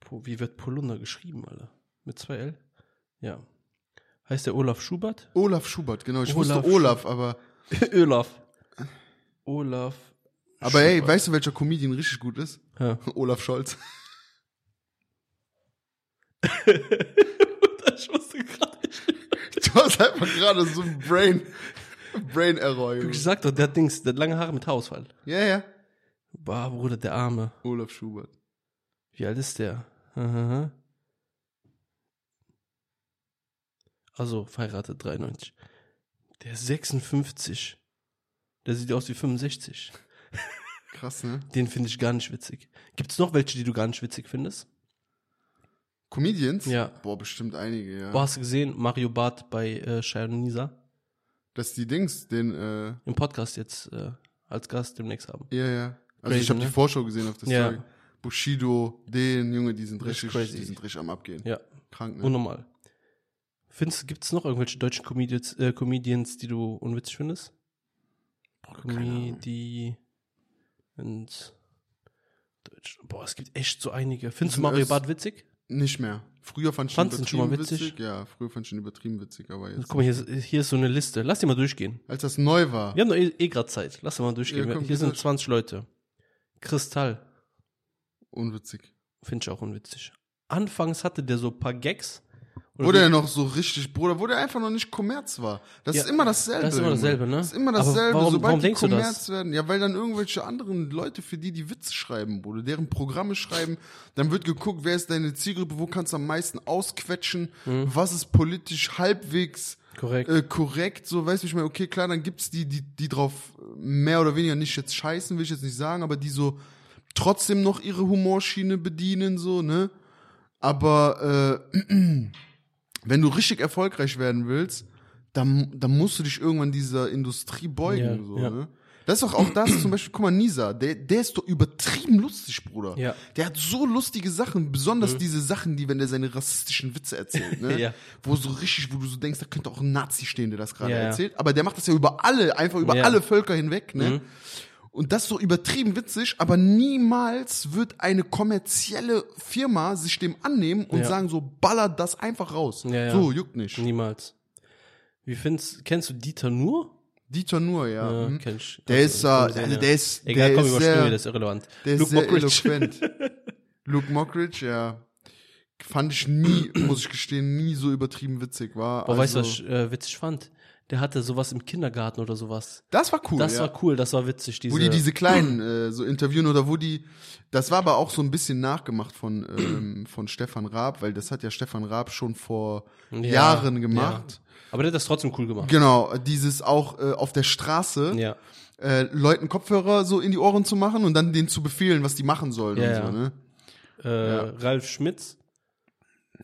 Speaker 2: Pol, wie wird Polunder geschrieben, Alter? Mit zwei L? Ja. Heißt der Olaf Schubert?
Speaker 1: (laughs) Olaf Schubert, genau. Ich
Speaker 2: Olaf
Speaker 1: wusste Olaf, aber.
Speaker 2: Olaf. Olaf.
Speaker 1: Aber hey,
Speaker 2: Schubert.
Speaker 1: weißt du, welcher Comedian richtig gut ist? (laughs)
Speaker 2: Ja.
Speaker 1: Olaf Scholz.
Speaker 2: (laughs)
Speaker 1: (laughs)
Speaker 2: ich wusste gerade nicht.
Speaker 1: Du hast einfach gerade so ein Brain. (laughs) Brain Error.
Speaker 2: Ich
Speaker 1: Junge.
Speaker 2: sag doch, der hat Dings, der hat lange Haare mit Haarausfall.
Speaker 1: Ja, ja.
Speaker 2: Bah, Bruder, der Arme.
Speaker 1: Olaf Schubert.
Speaker 2: Wie alt ist der? Aha. Also, verheiratet 93. Der ist 56. Der sieht aus wie 65.
Speaker 1: Krass, ne?
Speaker 2: Den finde ich gar nicht witzig. Gibt es noch welche, die du gar nicht witzig findest?
Speaker 1: Comedians?
Speaker 2: Ja.
Speaker 1: Boah, bestimmt einige, ja.
Speaker 2: Boah, hast du gesehen, Mario Barth bei äh, Sharon Nisa
Speaker 1: Dass die Dings, den, äh,
Speaker 2: im Podcast jetzt äh, als Gast demnächst haben.
Speaker 1: ja, ja. Also
Speaker 2: Crazy,
Speaker 1: ich habe
Speaker 2: ne?
Speaker 1: die Vorschau gesehen auf der
Speaker 2: Ja.
Speaker 1: Story. Bushido, den, Junge, die sind
Speaker 2: Das ist
Speaker 1: richtig,
Speaker 2: crazy.
Speaker 1: die sind richtig am Abgehen.
Speaker 2: Ja,
Speaker 1: Krank, ne?
Speaker 2: unnormal. Findest, gibt es noch irgendwelche deutschen Comedians, äh, Comedians, die du unwitzig findest?
Speaker 1: keine Ahnung.
Speaker 2: Comedians. Deutsch. Boah, es gibt echt so einige. Findest
Speaker 1: Sind
Speaker 2: du Mario
Speaker 1: Also es-
Speaker 2: Barth witzig?
Speaker 1: Nicht mehr. Früher fand ich
Speaker 2: Fandst du ihn schon mal witzig?
Speaker 1: Ja, früher fand ich ihn übertrieben witzig, aber jetzt.
Speaker 2: Guck mal, hier, ist- hier ist so eine Liste. Lass die mal durchgehen.
Speaker 1: Als das neu war.
Speaker 2: Wir haben doch eh, eh gerade Zeit. Lass doch mal durchgehen.
Speaker 1: Ja, komm,
Speaker 2: hier
Speaker 1: geh
Speaker 2: sind
Speaker 1: durch.
Speaker 2: 20 Leute. Kristall.
Speaker 1: Unwitzig.
Speaker 2: Finde ich auch unwitzig. Anfangs hatte der so ein paar Gags
Speaker 1: Oder wo der noch so richtig, Bruder, wo der einfach noch nicht Kommerz war. Das
Speaker 2: Ja,
Speaker 1: ist immer dasselbe.
Speaker 2: das ist immer
Speaker 1: Junge.
Speaker 2: dasselbe, ne?
Speaker 1: Das ist immer
Speaker 2: Aber
Speaker 1: dasselbe.
Speaker 2: warum-
Speaker 1: Sobald
Speaker 2: warum
Speaker 1: die
Speaker 2: denkst du
Speaker 1: Kommerz
Speaker 2: das?
Speaker 1: werden, ja, weil dann irgendwelche anderen Leute für die die Witze schreiben, Bruder, deren Programme schreiben, dann wird geguckt, wer ist deine Zielgruppe, wo kannst du am meisten ausquetschen,
Speaker 2: Mhm.
Speaker 1: was ist politisch halbwegs
Speaker 2: Korrekt.
Speaker 1: äh, korrekt, so weiß ich mal, okay, klar, dann gibt's die, die, die drauf mehr oder weniger nicht jetzt scheißen, will ich jetzt nicht sagen, aber die so trotzdem noch ihre Humorschiene bedienen, so, ne? Aber äh, (clears throat) wenn du richtig erfolgreich werden willst, dann, dann musst du dich irgendwann dieser Industrie beugen.
Speaker 2: Ja,
Speaker 1: so,
Speaker 2: ja.
Speaker 1: Ne? Das ist doch auch das, zum Beispiel, guck mal, Nisa, der, der ist doch übertrieben lustig, Bruder.
Speaker 2: Ja. Mhm.
Speaker 1: Der hat so lustige Sachen, besonders diese Sachen, die, wenn der seine rassistischen Witze erzählt, ne?
Speaker 2: Ja.
Speaker 1: Wo so richtig, wo du so denkst, da könnte auch ein Nazi stehen, der das gerade
Speaker 2: Ja, ja.
Speaker 1: erzählt. Aber der macht das ja über alle, einfach über
Speaker 2: Ja. Mhm.
Speaker 1: alle Völker hinweg, ne? Und das ist so übertrieben witzig, aber niemals wird eine kommerzielle Firma sich dem annehmen und
Speaker 2: Ja.
Speaker 1: sagen so, ballert das einfach raus.
Speaker 2: Ja, ja.
Speaker 1: So, juckt nicht.
Speaker 2: Niemals. Wie findest, kennst du Dieter Nur?
Speaker 1: Dieter Nur, ja.
Speaker 2: Ja,
Speaker 1: mhm.
Speaker 2: kenn ich.
Speaker 1: Der ist, äh,
Speaker 2: kann
Speaker 1: also
Speaker 2: sein,
Speaker 1: der ist,
Speaker 2: Egal,
Speaker 1: der
Speaker 2: komm,
Speaker 1: ist
Speaker 2: überspringen wir,
Speaker 1: sehr,
Speaker 2: das ist irrelevant.
Speaker 1: der ist
Speaker 2: Luke
Speaker 1: sehr
Speaker 2: Mockridge.
Speaker 1: eloquent.
Speaker 2: (laughs)
Speaker 1: Luke Mockridge, ja. Fand ich nie, muss ich gestehen, nie so übertrieben witzig war.
Speaker 2: Boah, weißt du, was
Speaker 1: also,
Speaker 2: ich äh, witzig fand? Der hatte sowas im Kindergarten oder sowas.
Speaker 1: das war cool,
Speaker 2: das
Speaker 1: ja.
Speaker 2: war cool, das war witzig. Diese,
Speaker 1: wo die diese
Speaker 2: (clears throat)
Speaker 1: kleinen äh, so interviewen oder wo die, das war aber auch so ein bisschen nachgemacht von, ähm, (clears throat) von Stefan Raab, weil das hat ja Stefan Raab schon vor
Speaker 2: Ja,
Speaker 1: Jahren gemacht.
Speaker 2: Ja. Aber der hat das trotzdem cool gemacht.
Speaker 1: Genau, dieses auch äh, auf der Straße,
Speaker 2: Ja.
Speaker 1: äh, Leuten Kopfhörer so in die Ohren zu machen und dann denen zu befehlen, was die machen sollen
Speaker 2: Ja,
Speaker 1: und
Speaker 2: ja.
Speaker 1: so, ne?
Speaker 2: Äh, Ralf Schmitz,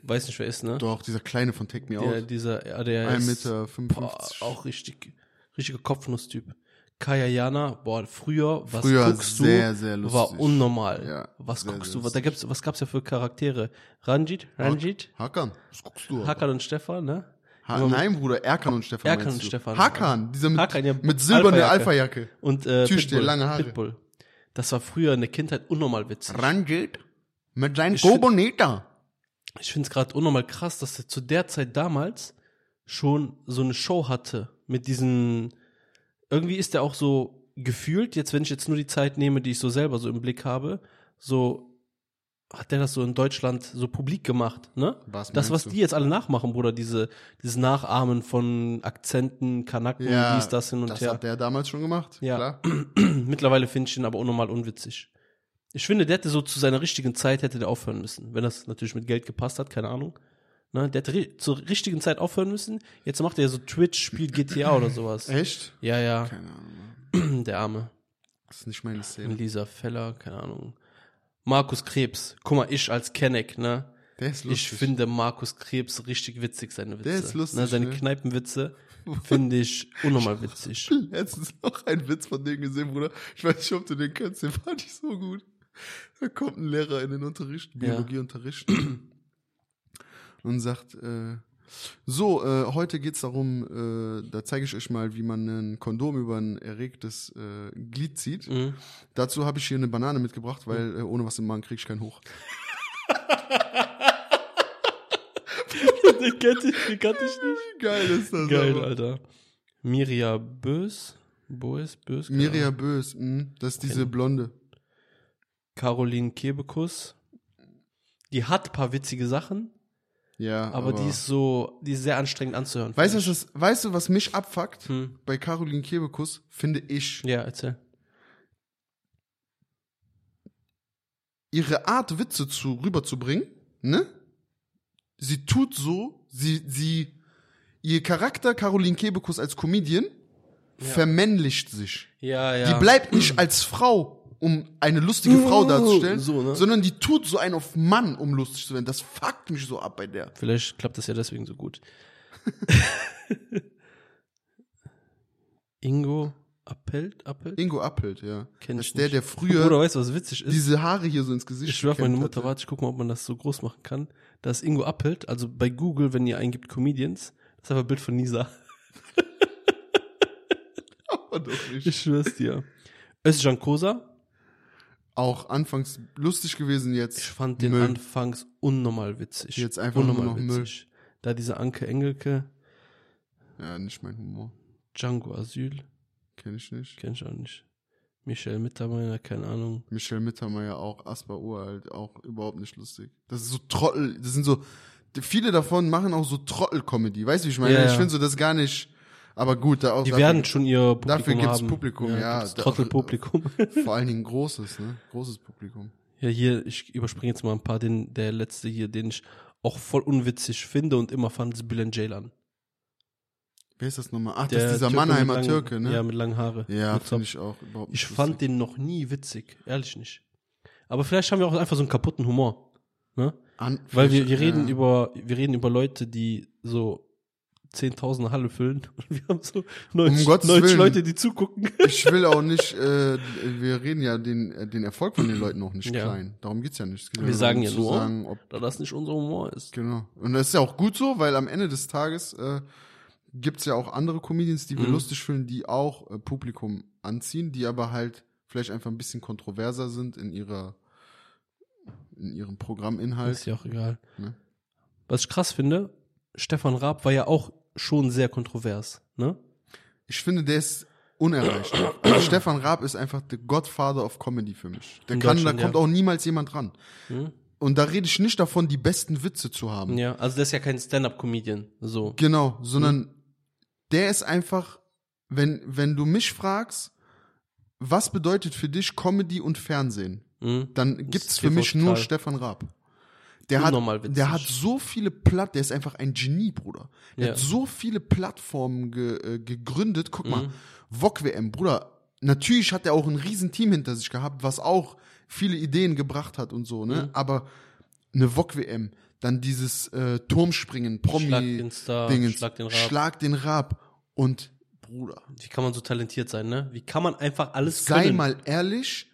Speaker 2: weiß nicht, wer ist, ne?
Speaker 1: Doch, dieser kleine von Take Me
Speaker 2: Der,
Speaker 1: Out.
Speaker 2: dieser, ja, der
Speaker 1: 1,55
Speaker 2: ist
Speaker 1: Meter.
Speaker 2: boah, auch richtig, richtiger Kopfnusstyp. Kaya Jana, boah, früher, was
Speaker 1: Früher
Speaker 2: guckst du,
Speaker 1: sehr, sehr lustig.
Speaker 2: war unnormal.
Speaker 1: Ja,
Speaker 2: was
Speaker 1: sehr,
Speaker 2: guckst
Speaker 1: sehr
Speaker 2: du, was, da gibt's, was gab's ja für Charaktere? Ranjit, Ranjit,
Speaker 1: Hakan, was guckst du?
Speaker 2: Hakan und Stefan, ne?
Speaker 1: ha Nein, Bruder, Erkan und Stefan.
Speaker 2: Erkan
Speaker 1: meinst
Speaker 2: und
Speaker 1: du.
Speaker 2: Stefan.
Speaker 1: Hakan, dieser mit,
Speaker 2: Hakan, ja,
Speaker 1: mit silberner
Speaker 2: Alphajacke.
Speaker 1: Alpha-Jacke.
Speaker 2: Und äh,
Speaker 1: Türsteher,
Speaker 2: Pitbull,
Speaker 1: lange Haare.
Speaker 2: Pitbull. Das war früher in der Kindheit unnormal witzig.
Speaker 1: Ranjit mit seinem
Speaker 2: Ich find-
Speaker 1: Koboneta.
Speaker 2: Ich find's grad gerade unnormal krass, dass er zu der Zeit damals schon so eine Show hatte mit diesen. Irgendwie ist er auch so gefühlt, jetzt wenn ich jetzt nur die Zeit nehme, die ich so selber so im Blick habe, so hat der das so in Deutschland so publik gemacht, ne?
Speaker 1: Was meinst
Speaker 2: das, was
Speaker 1: du?
Speaker 2: die jetzt alle nachmachen, Bruder, diese, dieses Nachahmen von Akzenten, Kanaken,
Speaker 1: Ja,
Speaker 2: dies, das hin und
Speaker 1: das
Speaker 2: her.
Speaker 1: hat der damals schon gemacht.
Speaker 2: Ja.
Speaker 1: Klar.
Speaker 2: (clears throat) Mittlerweile finde ich ihn aber unnormal unwitzig. Ich finde, der hätte so zu seiner richtigen Zeit hätte der aufhören müssen. Wenn das natürlich mit Geld gepasst hat, keine Ahnung. Ne, der hätte ri zur richtigen Zeit aufhören müssen. Jetzt macht er so Twitch, spielt GTA oder sowas.
Speaker 1: Echt?
Speaker 2: Ja, ja,
Speaker 1: Keine Ahnung.
Speaker 2: (clears throat) der Arme.
Speaker 1: Das ist nicht meine Szene.
Speaker 2: Lisa Feller, keine Ahnung. Markus Krebs. Guck mal, ich als Kenneck, ne?
Speaker 1: Der ist
Speaker 2: Ich
Speaker 1: lustig.
Speaker 2: finde Markus Krebs richtig witzig, seine Witze.
Speaker 1: Der ist lustig,
Speaker 2: Ne, seine
Speaker 1: ne? (laughs)
Speaker 2: Kneipenwitze finde ich unnormal witzig.
Speaker 1: letztens noch einen Witz von denen gesehen, Bruder. Ich weiß nicht, ob du den kennst, den fand ich so gut. Da kommt ein Lehrer in den Unterricht, Biologieunterricht, (clears throat) und sagt, äh, so, äh, heute geht's darum, äh, da zeige ich euch mal, wie man ein Kondom über ein erregtes äh, Glied zieht. (laughs)
Speaker 2: Mhm.
Speaker 1: Dazu habe ich hier eine Banane mitgebracht, weil äh, ohne was im Magen krieg ich keinen Hoch.
Speaker 2: den kannte ich, den kannte ich nicht.
Speaker 1: Wie geil ist das?
Speaker 2: Geil,
Speaker 1: aber?
Speaker 2: Alter. Miria Bös. Boes, Bös. keine
Speaker 1: Miria
Speaker 2: Ahnung.
Speaker 1: Bös, mh, das ist diese
Speaker 2: Kenn-
Speaker 1: Blonde.
Speaker 2: Caroline Kebekus. Die hat ein paar witzige Sachen,
Speaker 1: Ja,
Speaker 2: aber, die ist so, die ist sehr anstrengend anzuhören.
Speaker 1: Weißt du,
Speaker 2: find
Speaker 1: was das- weißt du, was mich abfuckt?
Speaker 2: ich. Hm.
Speaker 1: bei Caroline Kebekus, finde ich,
Speaker 2: Ja, erzähl.
Speaker 1: ihre Art, Witze zu, rüberzubringen, ne? Sie tut so, sie, sie, ihr Charakter Caroline Kebekus als Comedian vermännlicht sich.
Speaker 2: Ja, ja.
Speaker 1: Die bleibt nicht als Frau, um eine lustige Frau darzustellen,
Speaker 2: (laughs) So, ne?
Speaker 1: sondern die tut so einen auf Mann, um lustig zu werden. Das fuckt mich so ab bei der.
Speaker 2: Vielleicht klappt das ja deswegen
Speaker 1: (laughs)
Speaker 2: so gut. Ingo Appelt? Appelt?
Speaker 1: Ingo Appelt, ja.
Speaker 2: Kenn
Speaker 1: das
Speaker 2: ich
Speaker 1: ist der,
Speaker 2: nicht.
Speaker 1: der
Speaker 2: Bruder,
Speaker 1: früher
Speaker 2: weißt du, was witzig ist?
Speaker 1: diese Haare hier so ins Gesicht
Speaker 2: Ich schwöre meine
Speaker 1: gekämmt
Speaker 2: Mutter,
Speaker 1: hatte.
Speaker 2: warte, ich guck mal, ob man das so groß machen kann. Da ist Ingo Appelt, also bei Google, wenn ihr eingibt Comedians, das ist einfach ein Bild von Nisa.
Speaker 1: Aber (laughs) doch nicht.
Speaker 2: Ich schwör's dir. Özcan Kosa,
Speaker 1: Auch anfangs lustig gewesen jetzt.
Speaker 2: ich fand den
Speaker 1: Müll.
Speaker 2: anfangs unnormal witzig.
Speaker 1: Jetzt einfach nur
Speaker 2: unnormal
Speaker 1: noch Müll.
Speaker 2: witzig. Da diese Anke Engelke,
Speaker 1: Ja, nicht mein Humor.
Speaker 2: Django Asyl,
Speaker 1: Kenn ich nicht.
Speaker 2: kenn ich auch nicht. Michel Mittermeier, keine Ahnung.
Speaker 1: Michelle Mittermeier auch, Asper Uralt auch überhaupt nicht lustig. Das ist so Trottel, das sind so viele davon machen auch so Trottel-Comedy. Weißt du, wie ich meine?
Speaker 2: Ja,
Speaker 1: Ich
Speaker 2: ja.
Speaker 1: finde so das gar nicht. Aber gut, da auch.
Speaker 2: Die
Speaker 1: dafür-
Speaker 2: werden schon ihr Publikum
Speaker 1: dafür gibt's
Speaker 2: haben.
Speaker 1: Publikum, ja.
Speaker 2: gibt's Trottelpublikum.
Speaker 1: Vor allen Dingen großes, ne? Großes Publikum.
Speaker 2: (laughs) ja, hier, ich überspringe jetzt mal ein paar. Den, der letzte hier, den ich auch voll unwitzig finde und immer fand, ist Bülent Ceylan.
Speaker 1: Wer ist das nochmal? Ach, das
Speaker 2: Der
Speaker 1: ist dieser
Speaker 2: Türke mit
Speaker 1: Mannheimer
Speaker 2: langen-
Speaker 1: Türke, ne?
Speaker 2: Ja, mit langen Haare.
Speaker 1: Ja,
Speaker 2: Mit
Speaker 1: finde
Speaker 2: Zopf.
Speaker 1: ich auch überhaupt
Speaker 2: Ich
Speaker 1: nicht
Speaker 2: fand
Speaker 1: lustig.
Speaker 2: den noch nie witzig, ehrlich nicht. Aber vielleicht haben wir auch einfach so einen kaputten Humor. Ne?
Speaker 1: An-
Speaker 2: Weil wir,
Speaker 1: vielleicht-
Speaker 2: wir reden
Speaker 1: ja.
Speaker 2: über, wir reden über Leute, die so 10.000 Halle füllen (laughs) und wir haben so 90,
Speaker 1: Um Gottes
Speaker 2: 90
Speaker 1: Willen.
Speaker 2: Leute, die zugucken. (laughs)
Speaker 1: Ich will auch nicht, äh, wir reden ja den, äh, den Erfolg von den Leuten auch nicht
Speaker 2: Ja.
Speaker 1: klein. Darum geht's ja nicht. Es geht
Speaker 2: Wir
Speaker 1: nur darum,
Speaker 2: sagen ja
Speaker 1: zu
Speaker 2: nur-
Speaker 1: sagen, ob,
Speaker 2: Da das nicht unser Humor ist.
Speaker 1: genau. Und das ist ja auch gut so, weil am Ende des Tages äh, gibt's ja auch andere Comedians, die wir
Speaker 2: Mhm.
Speaker 1: lustig finden, die auch äh, Publikum anziehen, die aber halt vielleicht einfach ein bisschen kontroverser sind in ihrer in ihrem Programminhalt.
Speaker 2: Ist ja auch egal.
Speaker 1: Halt. Ne?
Speaker 2: Was ich krass finde, Stefan Raab war ja auch schon sehr kontrovers, ne?
Speaker 1: Ich finde, der ist unerreicht. Also Stefan Raab ist einfach der Godfather of Comedy für mich. Der
Speaker 2: In
Speaker 1: kann, da
Speaker 2: Deutschland,
Speaker 1: kommt
Speaker 2: ja.
Speaker 1: auch niemals jemand ran.
Speaker 2: Hm?
Speaker 1: Und da rede ich nicht davon, die besten Witze zu haben.
Speaker 2: Ja, also der ist ja kein Stand-up-Comedian, so.
Speaker 1: Genau, sondern
Speaker 2: Mhm.
Speaker 1: der ist einfach, wenn, wenn du mich fragst, was bedeutet für dich Comedy und Fernsehen,
Speaker 2: Hm?
Speaker 1: dann gibt's für
Speaker 2: TV
Speaker 1: mich nur
Speaker 2: total.
Speaker 1: Stefan Raab. Der hat,
Speaker 2: Unnormal witzig.
Speaker 1: der hat so viele Platt, der ist einfach ein Genie, Bruder. Der
Speaker 2: Ja.
Speaker 1: hat so viele Plattformen ge, äh, gegründet. Guck
Speaker 2: Mhm.
Speaker 1: mal, Wok WM, Bruder. Natürlich hat er auch ein Riesenteam hinter sich gehabt, was auch viele Ideen gebracht hat und so, ne?
Speaker 2: Mhm.
Speaker 1: Aber eine Wok WM, dann dieses äh, Turmspringen, Promi,
Speaker 2: Schlag den Star,
Speaker 1: Dingens,
Speaker 2: Schlag den Raab.
Speaker 1: Schlag den Raab und Bruder.
Speaker 2: Wie kann man so talentiert sein, ne? Wie kann man einfach alles
Speaker 1: Sei
Speaker 2: können?
Speaker 1: mal ehrlich,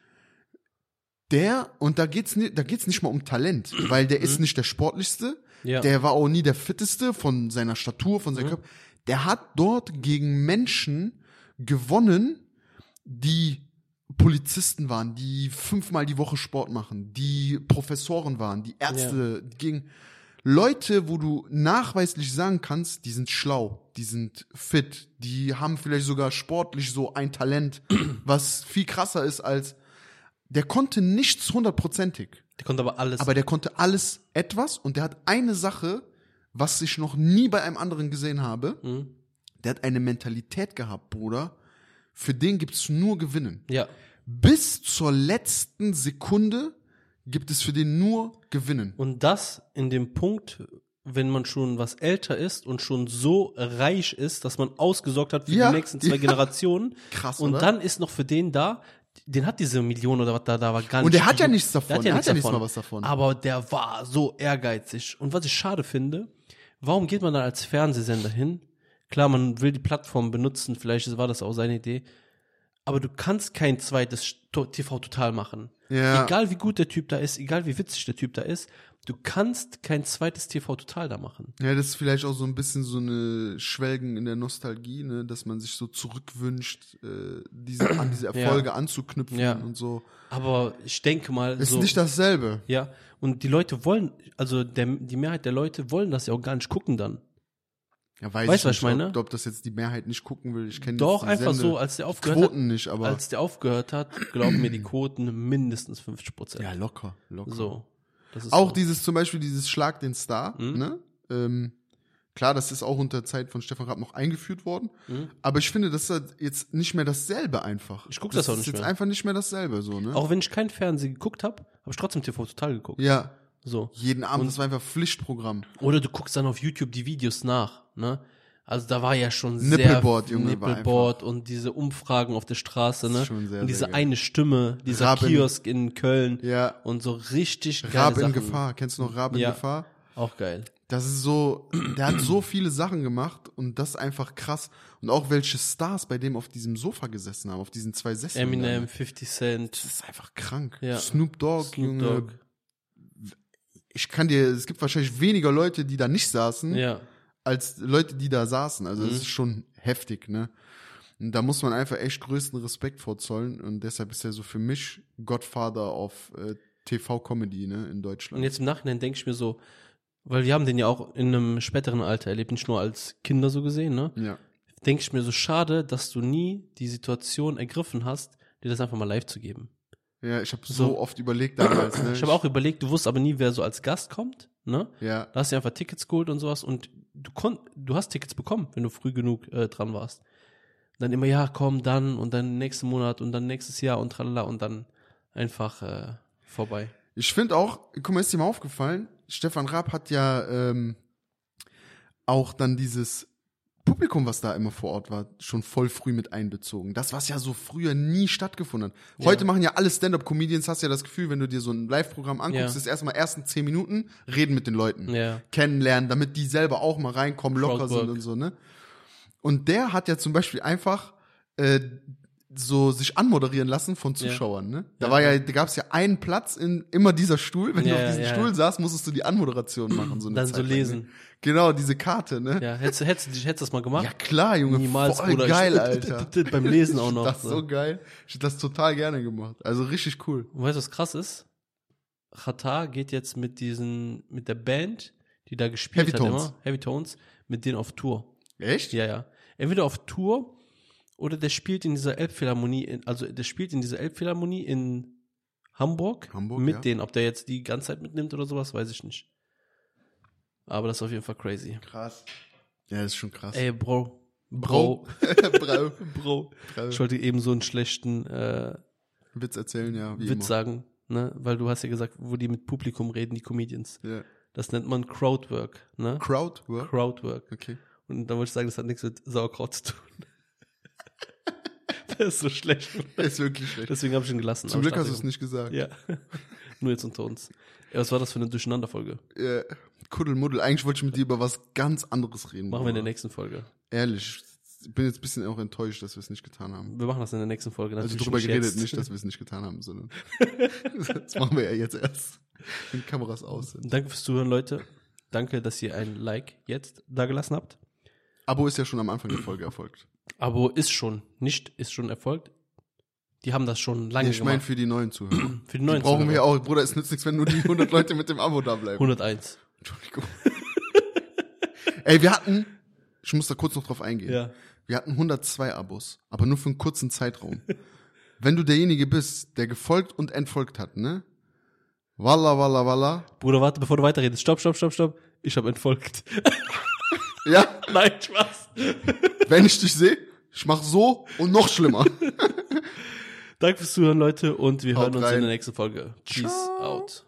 Speaker 1: der, und da geht's, ni- da geht's nicht mal um Talent, weil der
Speaker 2: Mhm.
Speaker 1: ist nicht der sportlichste,
Speaker 2: Ja.
Speaker 1: der war auch nie der fitteste von seiner Statur, von seinem
Speaker 2: Mhm.
Speaker 1: Körper. Der hat dort gegen Menschen gewonnen, die Polizisten waren, die fünfmal die Woche Sport machen, die Professoren waren, die Ärzte, gegen Leute, wo du nachweislich sagen kannst, die sind schlau, die sind fit, die haben vielleicht sogar sportlich so ein
Speaker 2: (clears throat)
Speaker 1: Talent, was viel krasser ist als der konnte nichts hundertprozentig.
Speaker 2: der konnte aber alles.
Speaker 1: Aber der konnte alles etwas und der hat eine Sache, was ich noch nie bei einem anderen gesehen habe.
Speaker 2: Hm?
Speaker 1: Der hat eine Mentalität gehabt, Bruder. Für den gibt's nur Gewinnen.
Speaker 2: Ja.
Speaker 1: Bis zur letzten Sekunde gibt es für den nur Gewinnen.
Speaker 2: Und das in dem Punkt, wenn man schon was älter ist und schon so reich ist, dass man ausgesorgt hat für
Speaker 1: Ja,
Speaker 2: die nächsten zwei
Speaker 1: ja.
Speaker 2: Generationen.
Speaker 1: (laughs) Krass,
Speaker 2: Und
Speaker 1: oder?
Speaker 2: dann ist noch für den da, den hat diese Million oder was da, da war gar nicht.
Speaker 1: Und der hat ja
Speaker 2: genug.
Speaker 1: nichts davon. Der hat ja nicht mal was davon.
Speaker 2: Aber der war so ehrgeizig. Und was ich schade finde, warum geht man dann als Fernsehsender hin? Klar, man will die Plattform benutzen, vielleicht war das auch seine Idee. Aber du kannst kein zweites TV total machen.
Speaker 1: Ja.
Speaker 2: Egal wie gut der Typ da ist, egal wie witzig der Typ da ist, du kannst kein zweites TV total da machen.
Speaker 1: Ja, das ist vielleicht auch so ein bisschen so eine Schwelgen in der Nostalgie, ne? dass man sich so zurückwünscht, äh, diese, an diese Erfolge anzuknüpfen
Speaker 2: Ja.
Speaker 1: und so.
Speaker 2: Aber ich denke mal,
Speaker 1: Ist
Speaker 2: so,
Speaker 1: nicht dasselbe.
Speaker 2: ja, und die Leute wollen, also der, die Mehrheit der Leute wollen das ja auch gar nicht gucken dann.
Speaker 1: Ja, weiß
Speaker 2: Weißt du,
Speaker 1: ich
Speaker 2: was
Speaker 1: nicht,
Speaker 2: ich meine?
Speaker 1: Ob, ob das jetzt die Mehrheit nicht gucken will. Ich kenne
Speaker 2: Doch,
Speaker 1: jetzt die
Speaker 2: einfach
Speaker 1: Sende-
Speaker 2: so, als der aufgehört hat,
Speaker 1: Quoten nicht, aber.
Speaker 2: als der aufgehört hat, glauben mir die Quoten mindestens 50 Prozent.
Speaker 1: ja, locker, locker.
Speaker 2: so. Das ist
Speaker 1: Auch
Speaker 2: so.
Speaker 1: dieses, zum Beispiel dieses Schlag den Star,
Speaker 2: Mhm.
Speaker 1: ne? Ähm, klar, das ist auch unter Zeit von Stefan Raab noch eingeführt worden.
Speaker 2: Mhm.
Speaker 1: Aber ich finde, das ist halt jetzt nicht mehr dasselbe einfach.
Speaker 2: Ich guck das auch
Speaker 1: ist
Speaker 2: nicht
Speaker 1: jetzt
Speaker 2: mehr.
Speaker 1: einfach nicht mehr dasselbe, so, ne?
Speaker 2: Auch wenn ich kein Fernsehen geguckt habe, habe ich trotzdem TV total geguckt.
Speaker 1: ja,
Speaker 2: So.
Speaker 1: jeden Abend, das war einfach Pflichtprogramm.
Speaker 2: Oder du guckst dann auf YouTube die Videos nach, ne? Also da war ja schon
Speaker 1: Nippelboard,
Speaker 2: sehr
Speaker 1: Junge, war
Speaker 2: Nippelboard und diese Umfragen auf der Straße,
Speaker 1: Das
Speaker 2: ne?
Speaker 1: ist schon sehr,
Speaker 2: und diese
Speaker 1: sehr geil.
Speaker 2: eine Stimme, dieser
Speaker 1: Raab in-
Speaker 2: Kiosk in Köln
Speaker 1: Ja.
Speaker 2: und so richtig geile
Speaker 1: Raab in
Speaker 2: Sachen.
Speaker 1: Gefahr. Kennst du noch Raab in
Speaker 2: Ja.
Speaker 1: Gefahr?
Speaker 2: Auch geil.
Speaker 1: Das ist so, der hat so viele Sachen gemacht und das ist einfach krass. Und auch welche Stars bei dem auf diesem Sofa gesessen haben, auf diesen zwei Sesseln. ne?
Speaker 2: Eminem, 50 Cent,
Speaker 1: Das ist einfach krank.
Speaker 2: Ja.
Speaker 1: Snoop Dogg,
Speaker 2: Snoop
Speaker 1: Junge.
Speaker 2: Dogg.
Speaker 1: Ich kann dir, es gibt wahrscheinlich weniger Leute, die da nicht saßen,
Speaker 2: Ja.
Speaker 1: als Leute, die da saßen. Also
Speaker 2: Mhm.
Speaker 1: das ist schon heftig, ne? Und da muss man einfach echt größten Respekt vorzollen und deshalb ist er so für mich Godfather of äh, TV-Comedy, ne, in Deutschland.
Speaker 2: Und jetzt im Nachhinein denke ich mir so, weil wir haben den ja auch in einem späteren Alter erlebt, nicht nur als Kinder so gesehen, ne?
Speaker 1: ja.
Speaker 2: Denke ich mir so schade, dass du nie die Situation ergriffen hast, dir das einfach mal live zu geben.
Speaker 1: Ja, ich habe so,
Speaker 2: So.
Speaker 1: oft überlegt damals. Ne?
Speaker 2: Ich habe auch überlegt, du wusstest aber nie, wer so als Gast kommt, ne?
Speaker 1: Ja,
Speaker 2: Da hast du einfach Tickets geholt und sowas und du konnt, du hast Tickets bekommen, wenn du früh genug äh, dran warst. Dann immer, ja, komm, dann und dann nächsten Monat und dann nächstes Jahr und tralala und dann einfach äh, vorbei.
Speaker 1: ich finde auch, guck mal, ist dir mal aufgefallen, Stefan Raab hat ja ähm, auch dann dieses Publikum, was da immer vor Ort war, schon voll früh mit einbezogen. Das, was ja so früher nie stattgefunden hat.
Speaker 2: Ja.
Speaker 1: Heute machen ja alle Stand-Up-Comedians, hast ja das Gefühl, wenn du dir so ein Live-Programm anguckst,
Speaker 2: Ja.
Speaker 1: ist erstmal ersten zehn Minuten, reden mit den Leuten.
Speaker 2: Ja.
Speaker 1: kennenlernen, damit die selber auch mal reinkommen, locker
Speaker 2: Crowdwork.
Speaker 1: sind und so, ne? Und der hat ja zum Beispiel einfach äh, so sich anmoderieren lassen von
Speaker 2: Ja.
Speaker 1: Zuschauern, ne? Da
Speaker 2: Ja.
Speaker 1: war ja, da gab's ja einen Platz in immer dieser Stuhl. Wenn
Speaker 2: Ja,
Speaker 1: du auf diesem
Speaker 2: ja,
Speaker 1: Stuhl
Speaker 2: ja.
Speaker 1: saßt, musstest du die Anmoderation machen. So eine
Speaker 2: Dann
Speaker 1: Zeit
Speaker 2: so
Speaker 1: lang, ne?
Speaker 2: lesen.
Speaker 1: Genau, diese Karte, ne?
Speaker 2: Ja, hättest du hättest, du- hättest das mal
Speaker 1: Ja,
Speaker 2: gemacht?
Speaker 1: klar, Junge,
Speaker 2: Niemals,
Speaker 1: voll
Speaker 2: Bruder. (laughs)
Speaker 1: geil,
Speaker 2: Ich-
Speaker 1: Alter.
Speaker 2: Beim Lesen auch
Speaker 1: Ich find
Speaker 2: noch,
Speaker 1: Das
Speaker 2: so.
Speaker 1: so geil. Ich hätte das total gerne gemacht. Also richtig cool.
Speaker 2: Und weißt du, was krass ist? Chata geht jetzt mit diesen, mit der Band, die da gespielt
Speaker 1: Heavy
Speaker 2: hat
Speaker 1: Tones.
Speaker 2: immer, Heavy Tones, mit denen auf Tour.
Speaker 1: Echt?
Speaker 2: Ja, ja. Entweder auf Tour oder der spielt in dieser Elbphilharmonie, in, also der spielt in dieser Elbphilharmonie in Hamburg,
Speaker 1: Hamburg,
Speaker 2: mit
Speaker 1: ja.
Speaker 2: denen. Ob der jetzt die ganze Zeit mitnimmt oder sowas, weiß ich nicht. Aber das ist auf jeden Fall crazy.
Speaker 1: Krass. Ja, das ist schon krass. (laughs)
Speaker 2: Ey, Bro.
Speaker 1: Bro.
Speaker 2: Bro.
Speaker 1: Brau.
Speaker 2: (laughs) Bro.
Speaker 1: Brau.
Speaker 2: Ich wollte eben so einen schlechten äh,
Speaker 1: Witz erzählen, ja. Wie
Speaker 2: Witz sagen, ne? Weil du hast ja gesagt, wo die mit Publikum reden, die Comedians.
Speaker 1: immer. Ja.
Speaker 2: Das nennt man Crowdwork, ne?
Speaker 1: Crowdwork.
Speaker 2: Crowdwork.
Speaker 1: Okay.
Speaker 2: Und dann wollte ich sagen, das hat nichts mit Sauerkraut zu tun. (laughs) das ist so schlecht.
Speaker 1: Das ist wirklich schlecht.
Speaker 2: Deswegen habe ich ihn gelassen.
Speaker 1: Zum
Speaker 2: Aber ich
Speaker 1: Glück hast du
Speaker 2: dachte,
Speaker 1: es nicht gesagt.
Speaker 2: Ja. (laughs) Nur jetzt unter uns. Ja, was war das für eine Durcheinanderfolge?
Speaker 1: Äh, Kuddelmuddel. Eigentlich wollte ich mit dir über was ganz anderes reden.
Speaker 2: Machen wir in der
Speaker 1: Bruder.
Speaker 2: nächsten Folge.
Speaker 1: Ehrlich, ich bin jetzt ein bisschen auch enttäuscht, dass wir es nicht getan haben.
Speaker 2: Wir machen das in der nächsten Folge.
Speaker 1: Also
Speaker 2: natürlich
Speaker 1: drüber geredet,
Speaker 2: jetzt.
Speaker 1: nicht, dass wir es nicht getan haben, sondern das machen wir ja jetzt erst, wenn die Kameras aus sind.
Speaker 2: (laughs) Danke fürs Zuhören, Leute. Danke, dass ihr ein Like jetzt da gelassen habt.
Speaker 1: Abo ist ja schon am Anfang der Folge erfolgt.
Speaker 2: Abo ist schon, nicht ist schon erfolgt. Die haben das schon lange
Speaker 1: Nee, ich meine
Speaker 2: gemacht.
Speaker 1: für die neuen Zuhörer.
Speaker 2: Für
Speaker 1: Die brauchen wir
Speaker 2: Zuhörer.
Speaker 1: auch. Bruder, es nützt nichts, wenn nur die 100 Leute mit dem Abo da bleiben.
Speaker 2: 101.
Speaker 1: Entschuldigung. Ey, wir hatten, ich muss da kurz noch drauf eingehen.
Speaker 2: Ja.
Speaker 1: Wir hatten 102 Abos, aber nur für einen kurzen Zeitraum. Wenn du derjenige bist, der gefolgt und entfolgt hat, ne? Walla, walla, walla.
Speaker 2: Bruder, warte, bevor du weiterredest. Stopp, stopp, stopp, stopp. Ich habe entfolgt. (laughs)
Speaker 1: Ja,
Speaker 2: Nein, Spaß.
Speaker 1: wenn ich dich sehe, ich mach so und noch schlimmer.
Speaker 2: Danke fürs Zuhören, Leute. Und wir
Speaker 1: Haut
Speaker 2: hören uns
Speaker 1: rein.
Speaker 2: in der nächsten Folge. Peace out.